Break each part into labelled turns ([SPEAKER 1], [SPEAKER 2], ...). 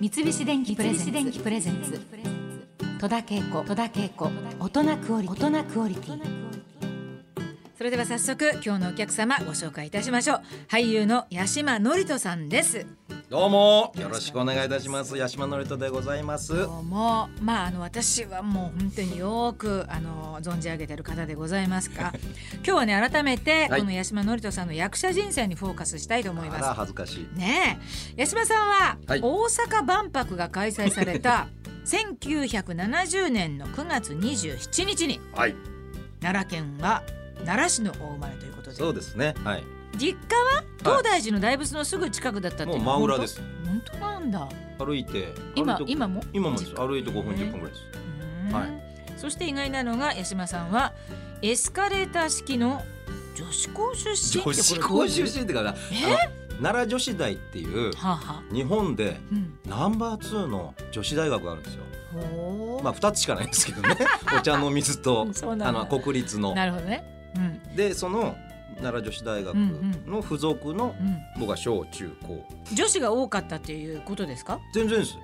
[SPEAKER 1] 三菱電機プレゼンツ戸田恵子戸田恵子大人クオリティ大人クオリティ
[SPEAKER 2] それでは早速今日のお客様ご紹介いたしましょう俳優の八島智人さんです
[SPEAKER 3] どうもよろしくお願いいたします八島のりとでございます
[SPEAKER 2] どうもまああの私はもう本当によくあの存じ上げてる方でございますが今日はね改めて
[SPEAKER 3] はい
[SPEAKER 2] この八島智人さんの役者人生にフォーカスしたいと思い
[SPEAKER 3] あ
[SPEAKER 2] ます、
[SPEAKER 3] ら恥ずかしい
[SPEAKER 2] ねえ八島さんは
[SPEAKER 3] はい
[SPEAKER 2] 大阪万博が開催され た1970年の9月27日に
[SPEAKER 3] はい
[SPEAKER 2] 奈良県は奈良市のお生まれということで
[SPEAKER 3] そうですねはい
[SPEAKER 2] 実家は東大寺の大仏のすぐ近くだったって
[SPEAKER 3] も
[SPEAKER 2] いうう
[SPEAKER 3] 真裏です
[SPEAKER 2] 本当なんだ
[SPEAKER 3] 歩いて
[SPEAKER 2] 今
[SPEAKER 3] 歩いて
[SPEAKER 2] 今も
[SPEAKER 3] 今もです歩いて5分
[SPEAKER 2] ね
[SPEAKER 3] 10分ぐらいです
[SPEAKER 2] うーん
[SPEAKER 3] は
[SPEAKER 2] そして意外なのが八島さんはエスカレーター式の女子校出身
[SPEAKER 3] 女子校出身ってから
[SPEAKER 2] え
[SPEAKER 3] 奈良女子大っていう
[SPEAKER 2] はあ、はあ
[SPEAKER 3] 日本で
[SPEAKER 2] うん、
[SPEAKER 3] ナンバー2の女子大学があるんですよ
[SPEAKER 2] ほー
[SPEAKER 3] まあ2つしかないんですけど ねお茶の水と
[SPEAKER 2] うんそうな
[SPEAKER 3] あ
[SPEAKER 2] んだ
[SPEAKER 3] の国立の
[SPEAKER 2] なるほどねうん
[SPEAKER 3] でその奈良女子大学
[SPEAKER 2] うん
[SPEAKER 3] の付属の
[SPEAKER 2] うん
[SPEAKER 3] 僕は小中高
[SPEAKER 2] 女子が多かったっていうことですか
[SPEAKER 3] 全然です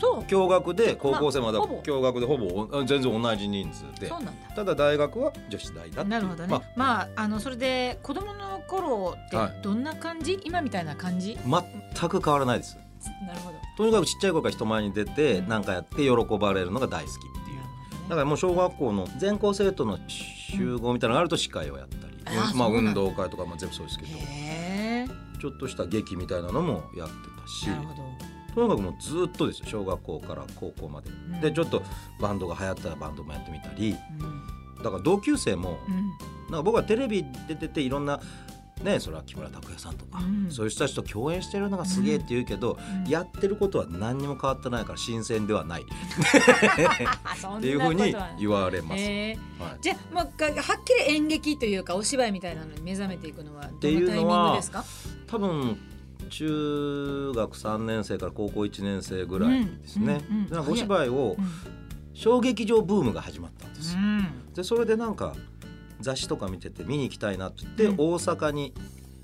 [SPEAKER 2] そう
[SPEAKER 3] 共学で高校生まで
[SPEAKER 2] ほぼ
[SPEAKER 3] 共学でほぼお全然同じ人数で
[SPEAKER 2] そうなんだ
[SPEAKER 3] ただ大学は女子大だって
[SPEAKER 2] なるほどね、
[SPEAKER 3] まあ
[SPEAKER 2] まあ、あのそれで子供の頃って
[SPEAKER 3] はい
[SPEAKER 2] どんな感じ、今みたいな感じ
[SPEAKER 3] 全く変わらないです
[SPEAKER 2] なるほど
[SPEAKER 3] とにかくちっちゃい頃から人前に出て
[SPEAKER 2] うん
[SPEAKER 3] 何かやって喜ばれるのが大好きっていうだからもう小学校の全校生徒の集合みたいなのがあると司会をやったり、
[SPEAKER 2] あ
[SPEAKER 3] うん
[SPEAKER 2] そう
[SPEAKER 3] まあ、
[SPEAKER 2] なんだ
[SPEAKER 3] 運動会とかも全部そうですけど
[SPEAKER 2] へえ
[SPEAKER 3] ちょっとした劇みたいなのもやってたし
[SPEAKER 2] なるほど、
[SPEAKER 3] とにかくもうずっとですよ小学校から高校まで。
[SPEAKER 2] うん
[SPEAKER 3] でちょっとバンドが流行ったらバンドもやってみたり
[SPEAKER 2] うん
[SPEAKER 3] だから同級生も
[SPEAKER 2] うん
[SPEAKER 3] なんか僕はテレビ出てていろんなねそれは木村拓哉さんとか、
[SPEAKER 2] うん
[SPEAKER 3] そういう人たちと共演してるのがすげえって言うけど、
[SPEAKER 2] うん
[SPEAKER 3] やってることは何にも変わってないから新鮮ではないっ
[SPEAKER 2] あそんな
[SPEAKER 3] ていうふうに
[SPEAKER 2] ことは
[SPEAKER 3] 言われます。
[SPEAKER 2] へえ
[SPEAKER 3] はい
[SPEAKER 2] じゃあもうがはっきり演劇というかお芝居みたいなのに目覚めていくのはど
[SPEAKER 3] てい
[SPEAKER 2] の
[SPEAKER 3] う
[SPEAKER 2] タイ
[SPEAKER 3] の
[SPEAKER 2] ミン
[SPEAKER 3] は
[SPEAKER 2] グですか？
[SPEAKER 3] 多分中学3年生から高校1年生ぐらいですね、
[SPEAKER 2] うんうんうん
[SPEAKER 3] なんかお芝居を
[SPEAKER 2] うん
[SPEAKER 3] 小劇場ブームが始まったんですよ、でそれでなんか雑誌とか見てて見に行きたいなって言って、
[SPEAKER 2] うん
[SPEAKER 3] 大阪に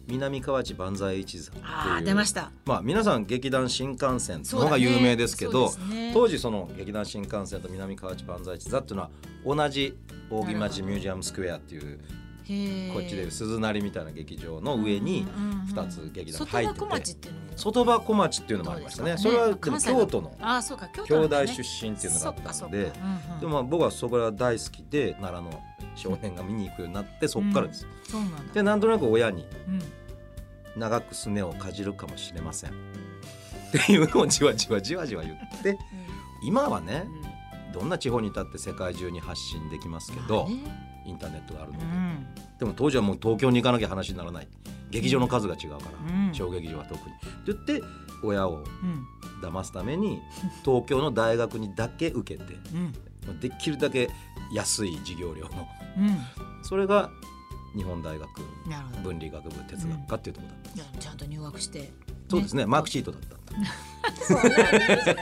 [SPEAKER 3] 南河内万歳一座っていう
[SPEAKER 2] ああ出ました。
[SPEAKER 3] まあ皆さん劇団新幹線
[SPEAKER 2] そ
[SPEAKER 3] の
[SPEAKER 2] う
[SPEAKER 3] 方
[SPEAKER 2] だ
[SPEAKER 3] が
[SPEAKER 2] ね
[SPEAKER 3] 有名ですけど、
[SPEAKER 2] そうですね
[SPEAKER 3] 当時その劇団新幹線と南河内万歳一座っていうのは同じ扇町
[SPEAKER 2] なるほど
[SPEAKER 3] ミュージアムスクエアっていう
[SPEAKER 2] へえ
[SPEAKER 3] こっちでいう鈴なりみたいな劇場の上に二つ劇団入ってて
[SPEAKER 2] 外箱町っていうのも
[SPEAKER 3] 外葉小町っていうのもありましたね
[SPEAKER 2] どうです
[SPEAKER 3] そ
[SPEAKER 2] かね
[SPEAKER 3] れはでも
[SPEAKER 2] 関西だと
[SPEAKER 3] 京都の
[SPEAKER 2] ああそうか京
[SPEAKER 3] 京
[SPEAKER 2] 都
[SPEAKER 3] 大
[SPEAKER 2] 身
[SPEAKER 3] 出身っていうのがあったの
[SPEAKER 2] で
[SPEAKER 3] で
[SPEAKER 2] そっかそっかうんうん
[SPEAKER 3] でもまあ僕はそこら大好きで奈良の少年が見に行くようになってそっからです。
[SPEAKER 2] そうなんだ。
[SPEAKER 3] でなんとなく親に
[SPEAKER 2] うん
[SPEAKER 3] 長くすねをかじるかもしれませんっていうのをじわじわじわじわ言って今はね
[SPEAKER 2] うん
[SPEAKER 3] どんな地方にいたって世界中に発信できますけど、
[SPEAKER 2] まあね
[SPEAKER 3] インターネットがある
[SPEAKER 2] う
[SPEAKER 3] ので、
[SPEAKER 2] ん
[SPEAKER 3] でも当時はもう東京に行かなきゃ話にならない劇場の数が違うから、
[SPEAKER 2] うん
[SPEAKER 3] 小劇場は特に。って言って親を
[SPEAKER 2] うん
[SPEAKER 3] 騙すた めに東京の大学にだけ受けて
[SPEAKER 2] うん
[SPEAKER 3] できるだけ安い授業料の
[SPEAKER 2] う
[SPEAKER 3] それが日本大学
[SPEAKER 2] んなるほど。
[SPEAKER 3] 文理学部哲学科っていうところだった、
[SPEAKER 2] じゃあちゃんと入学して。
[SPEAKER 3] そうですねマークシートだったんだ
[SPEAKER 2] そうなん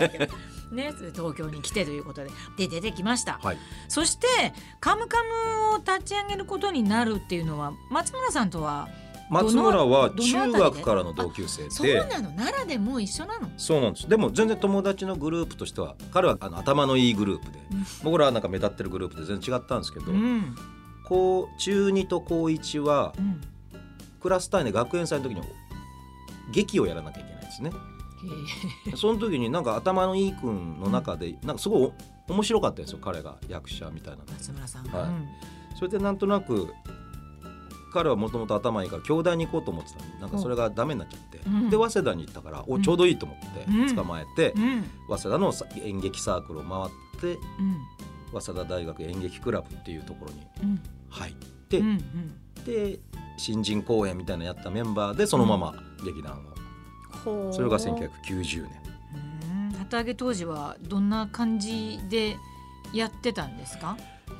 [SPEAKER 2] ですけどね、それで東京に来てということでで出てきました、
[SPEAKER 3] はい
[SPEAKER 2] そして「カムカム」を立ち上げることになるっていうのは松村さんとは
[SPEAKER 3] 松村は中
[SPEAKER 2] どのあたりで
[SPEAKER 3] 学からの同級生で
[SPEAKER 2] そうなの奈良でもう一緒なの
[SPEAKER 3] そうなんですでも全然友達のグループとしては彼はあの頭のいいグループで
[SPEAKER 2] うん
[SPEAKER 3] 僕らはなんか目立ってるグループで全然違ったんですけど、
[SPEAKER 2] ん、
[SPEAKER 3] こう中2と高1は
[SPEAKER 2] うん
[SPEAKER 3] クラス単位で学園祭の時に劇をやらなきゃいけないんですね。その時になんか頭のいい君の中でなんかすごいお面白かったんですよ彼が役者みたいなの
[SPEAKER 2] 松村さん
[SPEAKER 3] はいそれでなんとなく彼はもともと頭いいから京大に行こうと思ってたのになんかそれがダメになっちゃって、
[SPEAKER 2] うん
[SPEAKER 3] で早稲田に行ったから
[SPEAKER 2] う
[SPEAKER 3] お
[SPEAKER 2] ん
[SPEAKER 3] ちょうどいいと思って
[SPEAKER 2] うん
[SPEAKER 3] 捕まえて、
[SPEAKER 2] うんうん
[SPEAKER 3] 早稲田のさ演劇サークルを回って
[SPEAKER 2] うん
[SPEAKER 3] 早稲田大学演劇クラブっていうところに
[SPEAKER 2] うん
[SPEAKER 3] 入って、
[SPEAKER 2] うん
[SPEAKER 3] で新人公演みたいなのやったメンバーでそのまま劇団を、
[SPEAKER 2] うん
[SPEAKER 3] それが
[SPEAKER 2] 1900
[SPEAKER 3] 1990年
[SPEAKER 2] 旗揚げ当時はどんな感じでやってたんですか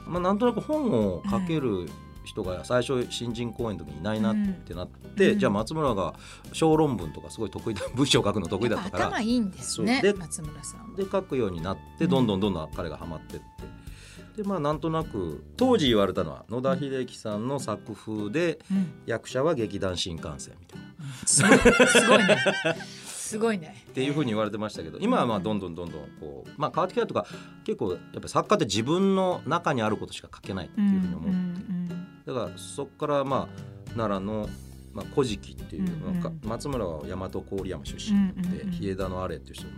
[SPEAKER 3] まあ、なんとなく本を書ける人が最初新人公演の時にいないなってなって、
[SPEAKER 2] うん
[SPEAKER 3] じゃあ松村が小論文とかすごい得意だ文章書くの得意だったか
[SPEAKER 2] やっぱ頭
[SPEAKER 3] ら
[SPEAKER 2] いいんですね
[SPEAKER 3] そうで
[SPEAKER 2] 松村さんは
[SPEAKER 3] で書くようになって
[SPEAKER 2] うん
[SPEAKER 3] どんどんどんどん彼がハマってって。でまあ、なんとなく当時言われたのは野田秀樹さんの作風で
[SPEAKER 2] うん
[SPEAKER 3] 役者は劇団新幹線みたいな
[SPEAKER 2] すごいすごいねすごいね
[SPEAKER 3] っていうふうに言われてましたけど今はまあどんどんどんどんこう、まあ、変わってきたとか結構やっぱ作家って自分の中にあることしか書けないっていうふうに思って、だからそこからまあ奈良の「まあ、古事記」っていう、
[SPEAKER 2] うんうん
[SPEAKER 3] まあ松村は大和郡山出身で、
[SPEAKER 2] うんうんうん
[SPEAKER 3] 日枝のあれっていう人の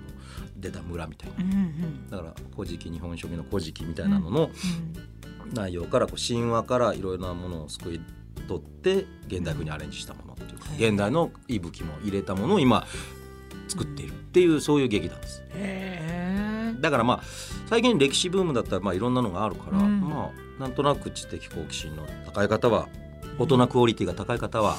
[SPEAKER 3] 出た村みたいな
[SPEAKER 2] うんうんうん
[SPEAKER 3] だから「古事記」日本書紀の「古事記」みたいなのの内容からこう神話からいろいろなものを救い取って現代風にアレンジしたものっていうか、
[SPEAKER 2] はい
[SPEAKER 3] 現代の息吹も入れたものを今作っているっていうそういう劇団です。
[SPEAKER 2] へ
[SPEAKER 3] だからまあ最近歴史ブームだったらまあいろんなのがあるから、
[SPEAKER 2] うん
[SPEAKER 3] まあなんとなく知的好奇心の高い方は大人クオリティが高い 方は、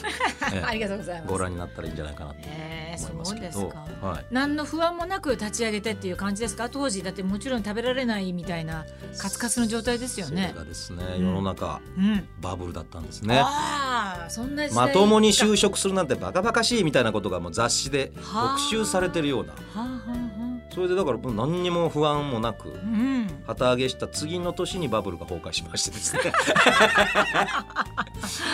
[SPEAKER 3] え
[SPEAKER 2] えあ
[SPEAKER 3] え
[SPEAKER 2] りがとうございます
[SPEAKER 3] ご覧になったらいいんじゃないかなと
[SPEAKER 2] へえ
[SPEAKER 3] 思いま
[SPEAKER 2] そ
[SPEAKER 3] す
[SPEAKER 2] う
[SPEAKER 3] け
[SPEAKER 2] です
[SPEAKER 3] ど、
[SPEAKER 2] か
[SPEAKER 3] はい、
[SPEAKER 2] 何の不安もなく立ち上げてっていう感じですか当時だってもちろん食べられないみたいなカツカツの状態ですよね
[SPEAKER 3] それがですね
[SPEAKER 2] うん
[SPEAKER 3] 世の中、
[SPEAKER 2] うん
[SPEAKER 3] バブルだったんですね。
[SPEAKER 2] ああそんな時代
[SPEAKER 3] まともに就職するなんてバカバカしいみたいなことがもう雑誌で
[SPEAKER 2] はあ
[SPEAKER 3] 特集されてるような
[SPEAKER 2] はあはあは
[SPEAKER 3] それでだからもう何にも不安もなく
[SPEAKER 2] あうん
[SPEAKER 3] 旗揚げした次の年にバブルが崩壊しましてです ね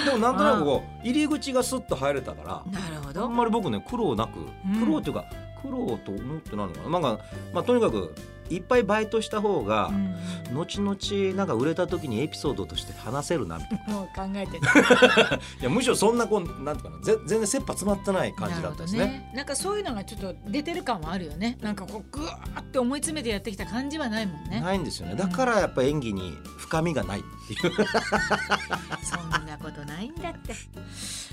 [SPEAKER 3] でもなんとなくこう入り口がスッと入れたか
[SPEAKER 2] なるほ
[SPEAKER 3] らあ
[SPEAKER 2] ど
[SPEAKER 3] んまり僕ね苦労なく
[SPEAKER 2] うん
[SPEAKER 3] 苦労というか苦労と思ってないのかななんか、まあ、とにかくいっぱいバイトした方が
[SPEAKER 2] うん
[SPEAKER 3] 後々なんか売れた時にエピソードとして話せるなみたいな
[SPEAKER 2] もう考えてる
[SPEAKER 3] いやむしろそんなこうなんていうかなぜ全然切羽詰まってない感じだったです
[SPEAKER 2] なる
[SPEAKER 3] ね。
[SPEAKER 2] ほどなんかそういうのがちょっと出てる感はあるよねなんかこうグワーって思い詰めてやってきた感じはないもんね
[SPEAKER 3] ないんですよねだからやっぱ演技に深みがないっていう
[SPEAKER 2] そんなことないんだって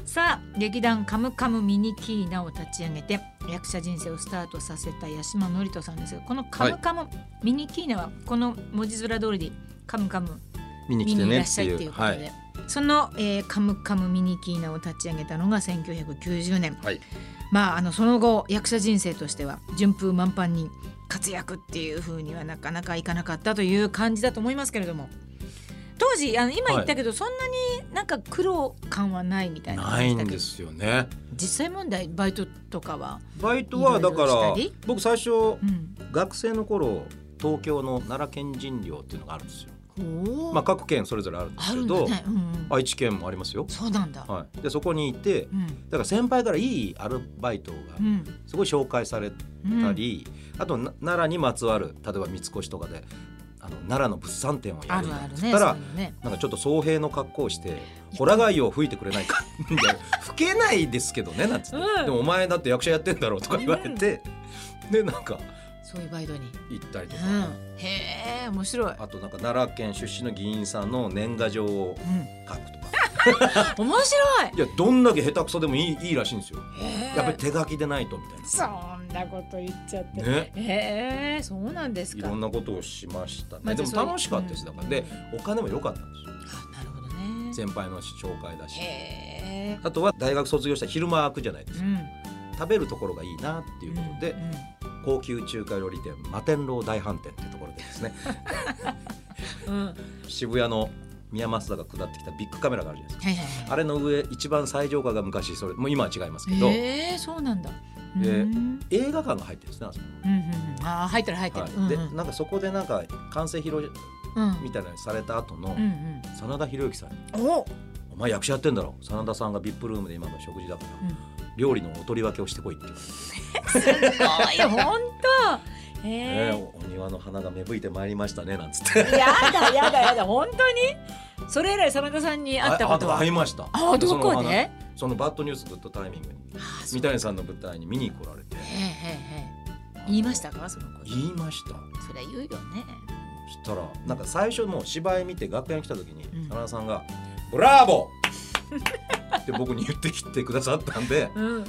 [SPEAKER 2] さあ劇団カムカムミニキーナを立ち上げて役者人生をスタートさせた八島智人さんですがこのカムカムミニキーナはこの文字面通りにカムカム
[SPEAKER 3] 見に
[SPEAKER 2] 見
[SPEAKER 3] 来て
[SPEAKER 2] にい
[SPEAKER 3] ね
[SPEAKER 2] らっ
[SPEAKER 3] っ
[SPEAKER 2] しゃ
[SPEAKER 3] て
[SPEAKER 2] い
[SPEAKER 3] い
[SPEAKER 2] っ
[SPEAKER 3] う
[SPEAKER 2] ていうこと
[SPEAKER 3] は
[SPEAKER 2] で、
[SPEAKER 3] い、
[SPEAKER 2] その、えーカムカムミニキーナを立ち上げたのが1990年、
[SPEAKER 3] はい
[SPEAKER 2] まああのその後役者人生としては順風満帆に活躍っていう風にはなかなかいかなかったという感じだと思いますけれども当時あの今言ったけど、そんなになんか苦労感はないみたいな
[SPEAKER 3] な
[SPEAKER 2] 感
[SPEAKER 3] い
[SPEAKER 2] じ
[SPEAKER 3] ん
[SPEAKER 2] だけど
[SPEAKER 3] ですよね。
[SPEAKER 2] 実際問題バイトとかは、
[SPEAKER 3] バイトはいだ
[SPEAKER 2] ろいろ
[SPEAKER 3] か
[SPEAKER 2] した
[SPEAKER 3] ら
[SPEAKER 2] り
[SPEAKER 3] 僕最初、
[SPEAKER 2] うん、
[SPEAKER 3] 学生の頃東京の奈良県人寮っていうのがあるんですよ。
[SPEAKER 2] おー
[SPEAKER 3] まあ各県それぞれあるんです
[SPEAKER 2] あ
[SPEAKER 3] け
[SPEAKER 2] るんだ
[SPEAKER 3] ど、
[SPEAKER 2] ね、うんうん
[SPEAKER 3] 愛知県もありますよ。
[SPEAKER 2] そうなんだ、
[SPEAKER 3] はい。でそこにいて
[SPEAKER 2] うん
[SPEAKER 3] だから先輩からいいアルバイトが
[SPEAKER 2] うん
[SPEAKER 3] すごい紹介され
[SPEAKER 2] うん、
[SPEAKER 3] たり、あとな奈良にまつわる例えば三越とかであの奈良の物産展をや
[SPEAKER 2] あ
[SPEAKER 3] る
[SPEAKER 2] る
[SPEAKER 3] んだ
[SPEAKER 2] あ
[SPEAKER 3] っ
[SPEAKER 2] る
[SPEAKER 3] つっ
[SPEAKER 2] ね
[SPEAKER 3] た
[SPEAKER 2] そ
[SPEAKER 3] ら、
[SPEAKER 2] ういうのね
[SPEAKER 3] なんかちょっと僧兵の格好をしてホラ貝を吹いてくれないかみたいな吹けないですけどねなんつって、
[SPEAKER 2] うん
[SPEAKER 3] でもお前だって役者やってんだろうとか言われて、でなんか
[SPEAKER 2] そういうバイトに
[SPEAKER 3] 行ったりとか、
[SPEAKER 2] うん、へえ面白い、
[SPEAKER 3] あとなんか奈良県出身の議員さんの年賀状を書くとか
[SPEAKER 2] うん、面白い
[SPEAKER 3] いやどんだけ下手くそでもいいいいらしいんですよやっぱり
[SPEAKER 2] へ
[SPEAKER 3] 手書きでないとみたい
[SPEAKER 2] えそんなこと言っちゃって、
[SPEAKER 3] なね
[SPEAKER 2] へえそうなんです
[SPEAKER 3] い
[SPEAKER 2] か
[SPEAKER 3] ろんなことをしましたね、
[SPEAKER 2] まあ
[SPEAKER 3] で
[SPEAKER 2] じゃあ
[SPEAKER 3] も
[SPEAKER 2] そういう
[SPEAKER 3] 楽しかったですだからでお金も良かったんですよ
[SPEAKER 2] あなるほどね
[SPEAKER 3] 先輩の紹介だし
[SPEAKER 2] へえ
[SPEAKER 3] あとは大学卒業したら昼間空くじゃないです
[SPEAKER 2] う
[SPEAKER 3] か、
[SPEAKER 2] ん
[SPEAKER 3] 食べるところがいいなっていうことで、
[SPEAKER 2] うん
[SPEAKER 3] 高級中華料理店摩天楼大飯店っていうところでですね
[SPEAKER 2] うん、はい
[SPEAKER 3] 渋谷の宮益坂下ってきたビッグカメラがあるじゃないです
[SPEAKER 2] はい
[SPEAKER 3] かあれの上一番最上階が昔それもう今は違いますけど、
[SPEAKER 2] はいへえそうなんだ
[SPEAKER 3] で
[SPEAKER 2] うんうん
[SPEAKER 3] 映画館が入ってるんですねあそこ
[SPEAKER 2] うんうんあー入ってる入ってる、
[SPEAKER 3] はい
[SPEAKER 2] うんうん
[SPEAKER 3] でなんかそこでなんか完成披露
[SPEAKER 2] うん
[SPEAKER 3] みたいなのされた後の、
[SPEAKER 2] うん
[SPEAKER 3] 真田広之さんに
[SPEAKER 2] うんお
[SPEAKER 3] 「お前役者やってんだろ真田さんが VIP ルームで今の食事だから、料理のお取り分けをしてこい」って言われて、
[SPEAKER 2] かわいい本当へ
[SPEAKER 3] ね
[SPEAKER 2] え
[SPEAKER 3] おお庭の花が芽吹いてまいりましたね」なんつって
[SPEAKER 2] やだやだやだ本当にそれ以来真田さんに会ったこと
[SPEAKER 3] あ
[SPEAKER 2] は
[SPEAKER 3] 会いました
[SPEAKER 2] あど
[SPEAKER 3] その
[SPEAKER 2] こ
[SPEAKER 3] 花
[SPEAKER 2] で
[SPEAKER 3] そのバッドニュースグッドタイミングに
[SPEAKER 2] あそう
[SPEAKER 3] 三谷さんの舞台に見に来られて
[SPEAKER 2] へえへえへえ言いましたかその子
[SPEAKER 3] 言いました
[SPEAKER 2] それ言うよね
[SPEAKER 3] そしたらなんか最初もう芝居見て楽屋に来た時に
[SPEAKER 2] うん
[SPEAKER 3] 真田さんが「ブラボー! 」って僕に言ってきてくださったんで
[SPEAKER 2] うん、うん、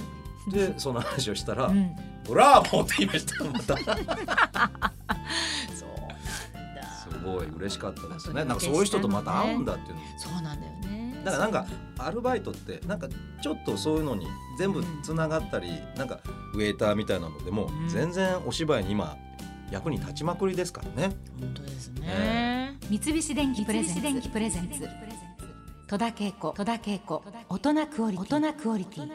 [SPEAKER 3] でその話をしたら「ブラボー!」って言いましたまた
[SPEAKER 2] そうなんだ
[SPEAKER 3] すごい嬉しかったで
[SPEAKER 2] 本当
[SPEAKER 3] すねなん
[SPEAKER 2] に
[SPEAKER 3] かそういう人とまた会うんだっていうの
[SPEAKER 2] そうなんだよね
[SPEAKER 3] だからなんかアルバイトってなんかちょっとそういうのに全部つながったり、なんかウェイターみたいなのでも
[SPEAKER 2] うん
[SPEAKER 3] 全然お芝居に今役に立ちまくりですからね。
[SPEAKER 2] 本当ですね
[SPEAKER 3] ね、
[SPEAKER 1] 三菱電機プレゼンツ
[SPEAKER 4] 三菱電機プレゼンツ
[SPEAKER 1] 戸田恵子戸田恵子大人クオリティ大人クオリティ